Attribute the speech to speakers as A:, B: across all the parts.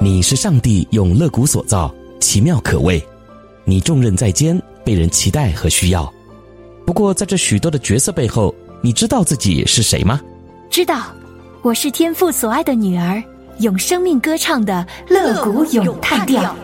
A: 你是上帝用乐谷所造，奇妙可畏。你重任在肩，被人期待和需要。不过，在这许多的角色背后，你知道自己是谁吗？
B: 知道，我是天父所爱的女儿，用生命歌唱的乐谷咏叹调。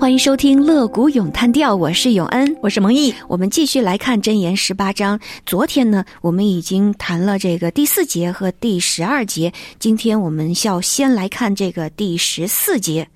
C: 欢迎收听《乐谷咏叹调》，我是永恩。
D: 我是蒙毅，
C: 我们继续来看箴言十八章。昨天呢，我们已经谈了这个第四节和第十二节，今天我们要先来看这个第十四节。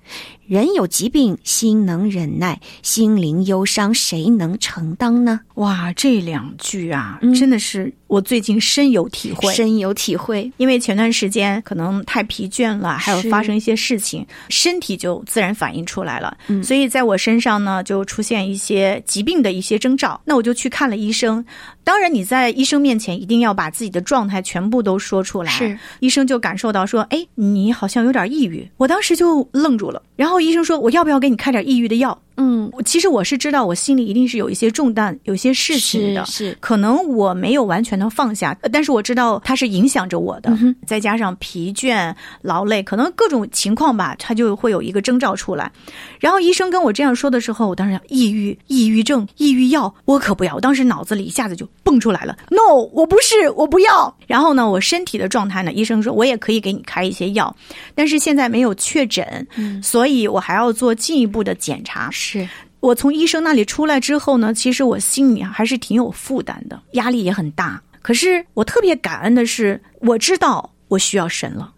C: 人有疾病，心能忍耐；心灵忧伤，谁能承当呢？
D: 哇，这两句啊，
C: 嗯
D: 真的是我最近深有体会。
C: 深有体会。
D: 因为前段时间可能太疲倦了，还有
C: 是
D: 发生一些事情，身体就自然反应出来了。
C: 嗯
D: 所以在我身上呢，就出现一些疾病的一些征兆。那我就去看了医生。当然，你在医生面前一定要把自己的状态全部都说出来。
C: 是，
D: 医生就感受到说，哎，你好像有点抑郁。我当时就愣住了。然后医生说，我要不要给你开点抑郁的药？
C: 嗯，
D: 我其实我是知道，我心里一定是有一些重担、有一些事情的。
C: 是是
D: 可能我没有完全的放下，呃但是我知道它是影响着我
C: 嗯
D: 的，再加上疲倦、劳累，可能各种情况吧，它就会有一个征兆出来。然后医生跟我这样说的时候，我当时想抑郁、抑郁症、抑郁药，我可不要。我当时脑子里一下子就蹦出来了，no，我不是，我不要。然后呢，我身体的状态呢，医生说我也可以给你开一些药，但是现在没有确诊，所以我还要做进一步的检查。
C: 嗯是
D: 我从医生那里出来之后呢，其实我心里还是挺有负担的，压力也很大。可是我特别感恩的是，我知道我需要神了，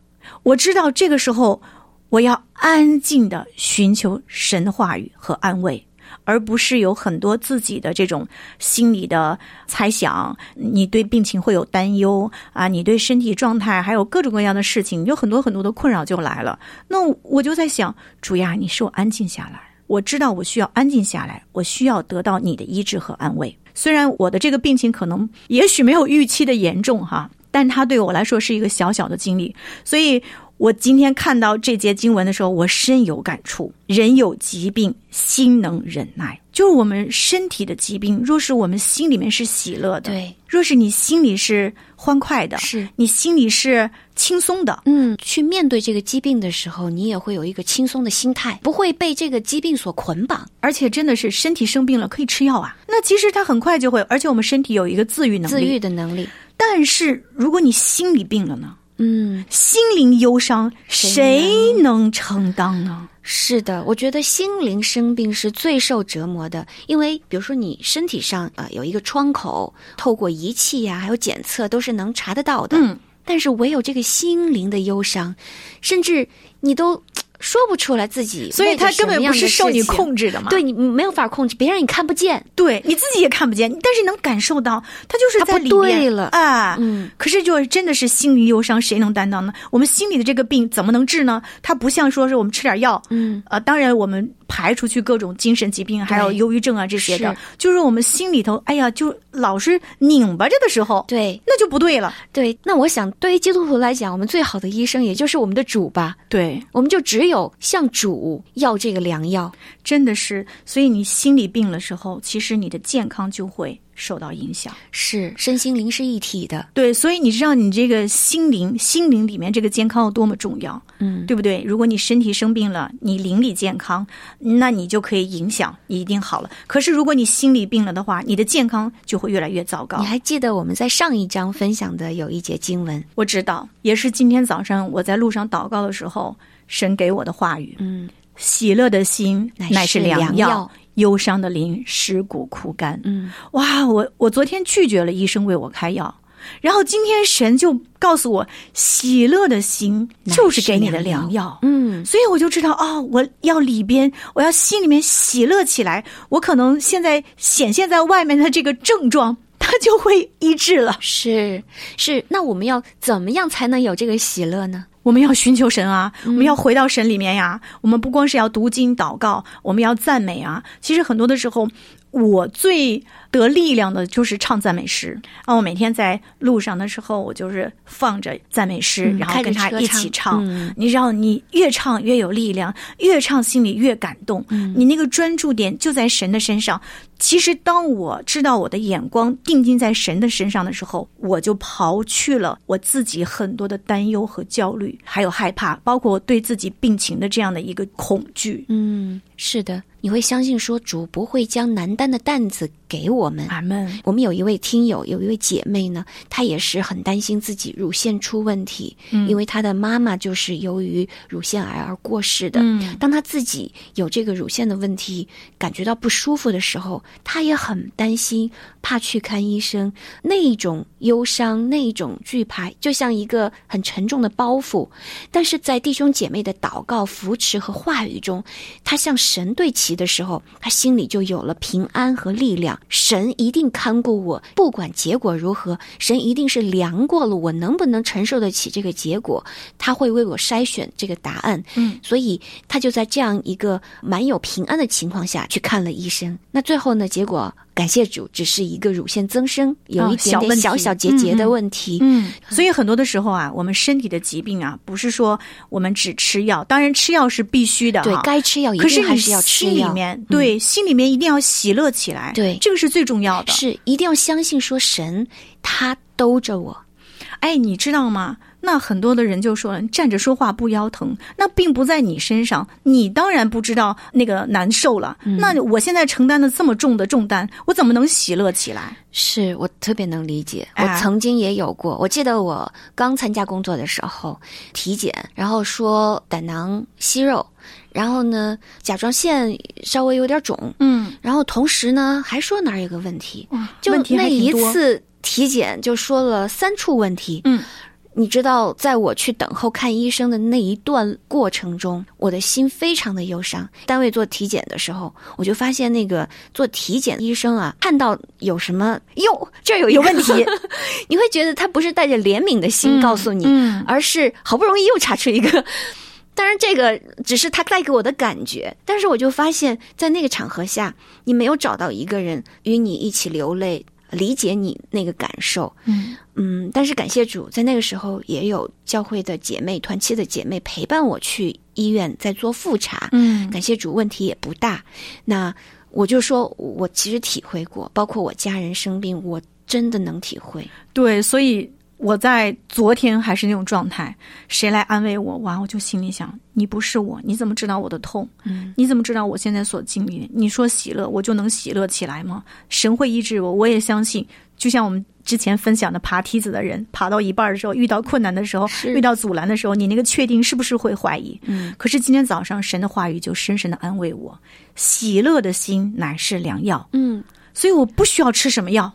D: 我知道这个时候我要安静的寻求神的话语和安慰。而不是有很多自己的这种心理的猜想，你对病情会有担忧啊，你对身体状态还有各种各样的事情，有很多很多的困扰就来了。那我就在想，主呀，你使我安静下来，我知道我需要安静下来，我需要得到你的医治和安慰。虽然我的这个病情可能也许没有预期的严重哈，但它对我来说是一个小小的经历，所以。我今天看到这节经文的时候，我深有感触。人有疾病，心能忍耐，就是我们身体的疾病。若是我们心里面是喜乐的，
C: 对，
D: 若是你心里是欢快的，
C: 是。
D: 你心里是轻松的，
C: 嗯，去面对这个疾病的时候，你也会有一个轻松的心态，不会被这个疾病所捆绑。
D: 而且真的是身体生病了可以吃药啊。那其实它很快就会，而且我们身体有一个自愈能力。
C: 自愈的能力，
D: 但是如果你心里病了呢？
C: 嗯，
D: 心灵忧伤，
C: 谁
D: 谁能承担呢？
C: 是的，我觉得心灵生病是最受折磨的，因为比如说你身体上呃有一个窗口，透过仪器呀、还有检测都是能查得到的。
D: 嗯，
C: 但是唯有这个心灵的忧伤，甚至你都嘖说不出来自己，
D: 所以它根本不是受你控
C: 制
D: 制的嘛。
C: 对你没有法控制，别让你看不见。
D: 对，你自己也看不见，但是能感受到，它就是
C: 它
D: 在
C: 不
D: 里面
C: 对了
D: 啊。
C: 嗯，
D: 可是就是真的是心灵忧伤，谁能担当呢？我们心里的这个病怎么能治呢？它不像说是我们吃点药，
C: 嗯，
D: 呃，当然我们排除去各种精神疾病，还有忧郁症啊这些的
C: 是，
D: 就是我们心里头，哎呀，就老是拧巴着的时候，
C: 对
D: 那就不对了。
C: 对。那我想，对于基督徒来讲，我们最好的医生也就是我们的主吧，
D: 对，
C: 我们就只有向主要这个良药。
D: 真的是，所以你心里病了时候，其实你的健康就会受到影响。
C: 是身心灵是一体的，
D: 对，所以你知道你这个心灵，心灵里面这个健康有多么重要，
C: 嗯，
D: 对不对？如果你身体生病了，你灵里健康，那你就可以影响，你一定好了。可是如果你心里病了的话，你的健康就会越来越糟糕
C: 你。还记得我们在上一章分享的有一节经文？
D: 我知道，也是今天早上我在路上祷告的时候，神给我的话语。
C: 嗯，
D: 喜乐的心
C: 乃
D: 乃是
C: 是
D: 良
C: 良
D: 药，
C: 药
D: 忧伤的灵使骨枯干。
C: 嗯，
D: 哇，我我昨天拒绝了医生为我开药，然后今天神就告诉我，喜乐的心就是给你的良药。
C: 嗯，
D: 所以我就知道哦，我要里边，我要心里面喜乐起来。我可能现在显现在外面的这个症状，它就会医治了。
C: 是是。那我们要怎么样才能有这个喜乐呢？
D: 我们要寻求神啊，
C: 嗯
D: 我们要回到神里面呀。我们不光是要读经祷告，我们要赞美啊。其实很多的时候，我最得力量的就是唱赞美诗啊！我每天在路上的时候，我就是放着赞美诗，
C: 嗯
D: 然后跟他
C: 开着车
D: 一起
C: 唱
D: 唱。
C: 嗯
D: 你知道，你越唱越有力量，越唱心里越感动。你那个专注点就在神的身上。其实，当我知道我的眼光定睛在神的身上的时候，我就刨去了我自己很多的担忧和焦虑，还有害怕，包括我对自己病情的这样的一个恐惧。
C: 嗯，是的，你会相信说主不会将难担的担子给我们。
D: 阿门。
C: 我们有一位听友，有一位姐妹呢，她也是很担心自己乳腺出问题，因为她的妈妈就是由于乳腺癌而过世的。
D: 嗯
C: 当她自己有这个乳腺的问题，感觉到不舒服的时候，她也很担心，怕去看医生，那一种忧伤，那一种惧怕，就像一个很沉重的包袱。但是在弟兄姐妹的祷告、扶持和话语中，他向神对齐的时候，他心里就有了平安和力量。神一定看顾我，不管结果如何，神一定是量过了我能不能承受得起这个结果，他会为我筛选这个答案。
D: 嗯，
C: 所以他就在这样一个蛮有平安的情况下去看了医生。那最后呢，结果感谢主，只是一个乳腺增生，有一
D: 哦
C: 点
D: 小
C: 点
D: 问题
C: 小小结节的问题。
D: 嗯，所以很多的时候啊，我们身体的疾病啊，不是说我们只吃药，当然吃药是必须的
C: 对
D: 哈。
C: 该吃药哦一
D: 可是
C: 定还
D: 你
C: 是要吃
D: 心里
C: 药。嗯
D: 面对心里面一定要喜乐起来，
C: 对
D: 这个是最重要的。
C: 是一定要相信说神他兜着我，
D: 哎，你知道吗？那很多的人就说了，站着说话不腰疼，那并不在你身上，你当然不知道那个难受了。
C: 嗯
D: 那我现在承担了这么重的重担，我怎么能喜乐起来？
C: 是我特别能理解，我
D: 哎
C: 曾经也有过。我记得我刚参加工作的时候，体检，然后说胆囊息肉，然后呢甲状腺稍微有点肿，
D: 嗯，
C: 然后同时呢还说哪儿有个问题，
D: 哇
C: 就
D: 问题
C: 那
D: 还
C: 一
D: 挺多。
C: 次体检就说了三处问题。
D: 嗯，
C: 你知道，在我去等候看医生的那一段过程中，我的心非常的忧伤。单位做体检的时候，我就发现那个做体检医生啊，看到有什么哟，这儿有一个
D: 有 问题，
C: 你会觉得他不是带着怜悯的心告诉你，
D: 嗯
C: 而是好不容易又查出一个。 当然，这个只是他带给我的感觉，但是我就发现，在那个场合下，你没有找到一个人与你一起流泪，理解你那个感受。
D: 嗯
C: 嗯，但是感谢主，在那个时候也有教会的姐妹、团契的姐妹陪伴我去医院，在做复查。
D: 嗯
C: 感谢主，问题也不大。那我就说，我其实体会过，包括我家人生病，我真的能体 会。
D: 对，所以我在昨天还是那种状态，谁来安慰我，哇，我就心里想，你不是我，你怎么知道我的痛？
C: 嗯，
D: 你怎么知道我现在所经历的？你说喜乐，我就能喜乐起来吗？神会医治我，我也相信。就像我们之前分享的爬梯子的人，爬到一半儿的时候，遇到困难的时候，
C: 是
D: 遇到阻拦的时候，你那个确定是不是会怀疑？
C: 嗯，
D: 可是今天早上，神的话语就深深的安慰我：喜乐的心乃是良药。
C: 嗯，
D: 所以我不需要吃什么药。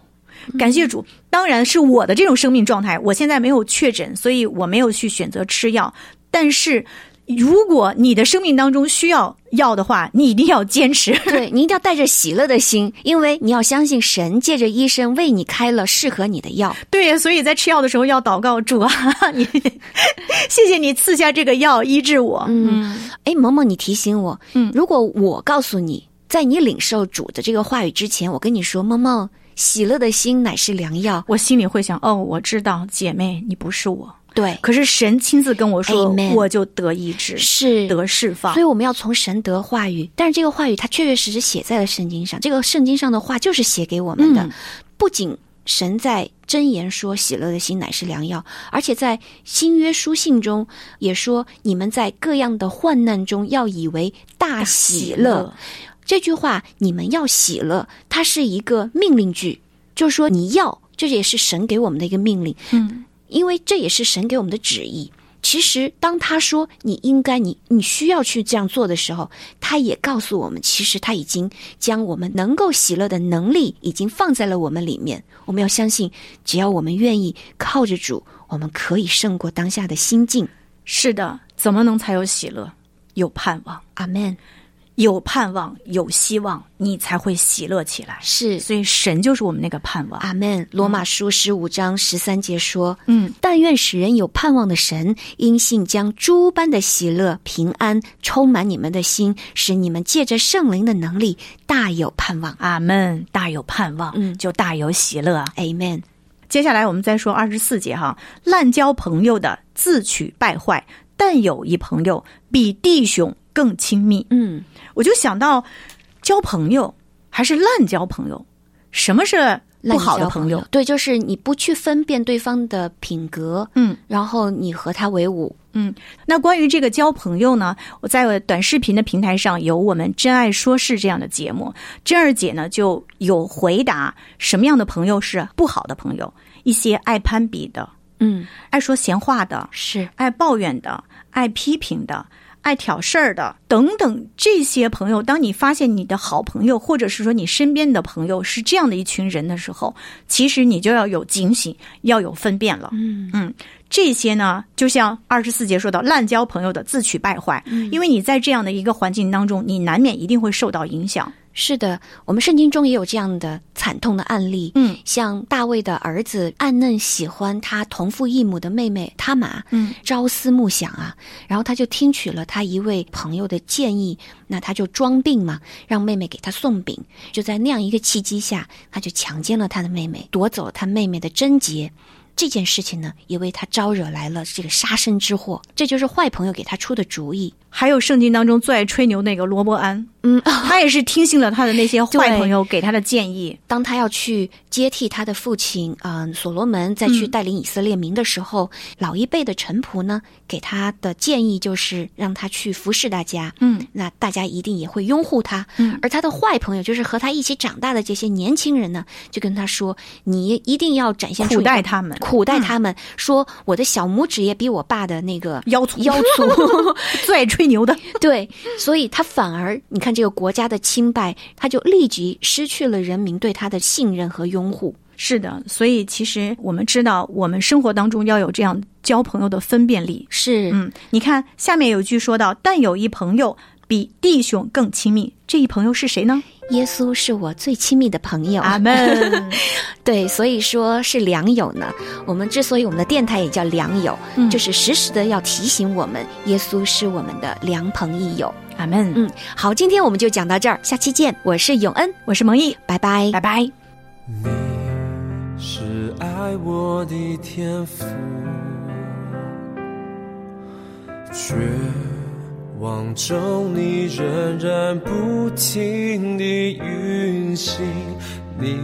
D: 感谢主，当然是我的这种生命状态，我现在没有确诊，所以我没有去选择吃药。但是，如果你的生命当中需要药的话，你一定要坚持。
C: 对你一定要带着喜乐的心，因为你要相信神借着医生为你开了适合你的药。
D: 对，所以在吃药的时候要祷告主啊， 你谢谢你赐下这个药医治我。
C: 嗯，哎，萌萌，你提醒我，
D: 嗯
C: 如果我告诉你，在你领受主的这个话语之前，我跟你说，萌萌，喜乐的心乃是良药。
D: 我心里会想，哦，我知道，姐妹，你不是我，
C: 对，
D: 可是神亲自跟我说
C: Amen
D: 我就得医治，
C: 是
D: 得释放
C: 所以。我们要从神得话语，但是这个话语它确确实实写在了圣经上，这个圣经上的话就是写给我们的。
D: 嗯
C: 不仅神在箴言说喜乐的心乃是良药，而且在新约书信中也说你们在各样的患难中要以为大喜乐。这句话你们要喜乐，它是一个命令句，就是说你要，这也是神给我们的一个命令。
D: 嗯，
C: 因为这也是神给我们的旨意。其实，当他说你应该、你你需要去这样做的时候，他也告诉我们，其实他已经将我们能够喜乐的能力已经放在了我们里面。我们要相信，只要我们愿意靠着主，我们可以胜过当下的心境。
D: 是的，怎么能才有喜乐？有盼望。
C: 阿门。
D: 有盼望、有希望，你才会喜乐起来。
C: 是啊
D: 所以神就是我们那个盼望。
C: 阿门。罗马书十五章十三节说：“
D: 嗯，
C: 但愿使人有盼望的神，因信将诸般的喜乐、平安充满你们的心，使你们借着圣灵的能力大有盼望。
D: 阿门，大有盼望，
C: 嗯
D: 就大有喜乐啊。”
C: Amen。
D: 接下来我们再说二十四节哈，滥交朋友的自取败坏，但友谊朋友比弟兄更亲密。
C: 嗯，
D: 我就想到，交朋友还是滥交朋友，什么是不好的朋友？
C: 对，就是你不去分辨对方的品格，
D: 嗯，
C: 然后你和他为伍。
D: 那关于这个交朋友呢，我在短视频的平台上有我们“真爱说事”这样的节目，珍儿姐呢就有回答什么样的朋友是不好的朋友，一些爱攀比的、
C: 嗯，
D: 爱说闲话的、
C: 是
D: 爱抱怨的、爱批评的、爱挑事儿的等等这些朋友，当你发现你的好朋友或者是说你身边的朋友是这样的一群人的时候，其实你就要有警醒，要有分辨了。嗯这些呢，就像二十四节说的，滥交朋友的自取败坏，
C: 嗯
D: 因为你在这样的一个环境当中，你难免一定会受到影响。
C: 是的，我们圣经中也有这样的惨痛的案例。
D: 嗯，
C: 像大卫的儿子暗嫩喜欢他同父异母的妹妹他玛，
D: 嗯，
C: 朝思暮想啊，然后他就听取了他一位朋友的建议，那他就装病嘛，让妹妹给他送饼。就在那样一个契机下，他就强奸了他的妹妹，夺走了他妹妹的贞洁。这件事情呢，也为他招惹来了这个杀身之祸。这就是坏朋友给他出的主意。
D: 还有圣经当中最爱吹牛那个罗伯安，
C: 嗯，
D: 他也是听信了他的那些坏
C: 对
D: 朋友给他的建议。
C: 当他要去接替他的父亲，嗯、所罗门再去带领以色列民的时候，老一辈的臣仆呢，给他的建议就是让他去服侍大家，
D: 嗯，
C: 那大家一定也会拥护他。
D: 嗯，
C: 而他的坏朋友，就是和他一起长大的这些年轻人呢，就跟他说：“你一定要展现出
D: 苦
C: 一个
D: 待他们嗯
C: 苦待他们，说我的小拇指也比我爸的那个
D: 腰粗
C: 腰 粗。”
D: 最爱吹牛的，
C: 对，所以他反而你看这个国家的清败，他就立即失去了人民对他的信任和拥护。
D: 是的，所以其实我们知道，我们生活当中要有这样交朋友的分辨力。
C: 是，
D: 嗯，你看下面有一句说到：“但有一朋友比弟兄更亲密。”这一朋友是谁呢？
C: 耶稣是我最亲密的朋友。嗯
D: 阿门。
C: 啊 对，所以说是良友呢。我们之所以我们的电台也叫良友，
D: 嗯
C: 就是时时的要提醒我们，耶稣是我们的良朋益友。
D: 阿门。
C: 嗯，好，今天我们就讲到这儿，下期见。我是永恩，
D: 我是蒙毅，
C: 拜拜。
D: 拜拜。
E: 你是爱我的天赋，绝望中你仍然不停地运行，你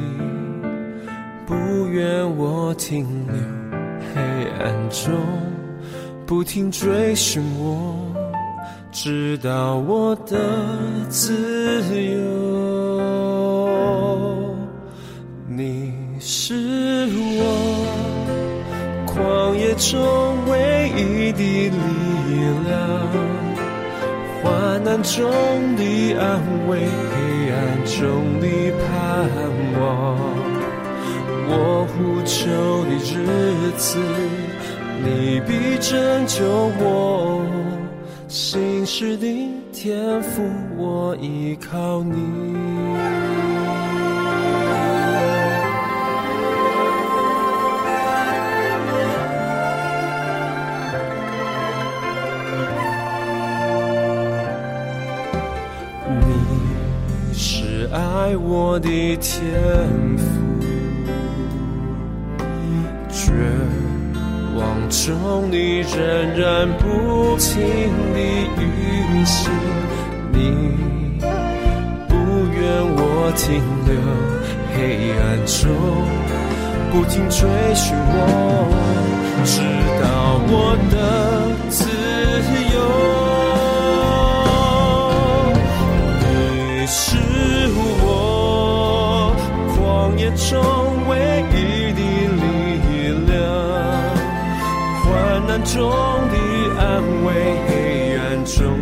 E: 不愿我停留，黑暗中不停追寻我，直到我的自由。你是我旷野中唯一的力量，患难中的安慰，黑暗中的盼望。我呼求的日子，你必拯救我。心事的天赋，我依靠你。你是爱我的天赋，绝望中你仍然不停地运行，你不愿我停留，黑暗中不停追寻我，直到我的自由。你是我旷野中唯一的力量，患难中的安慰，黑暗中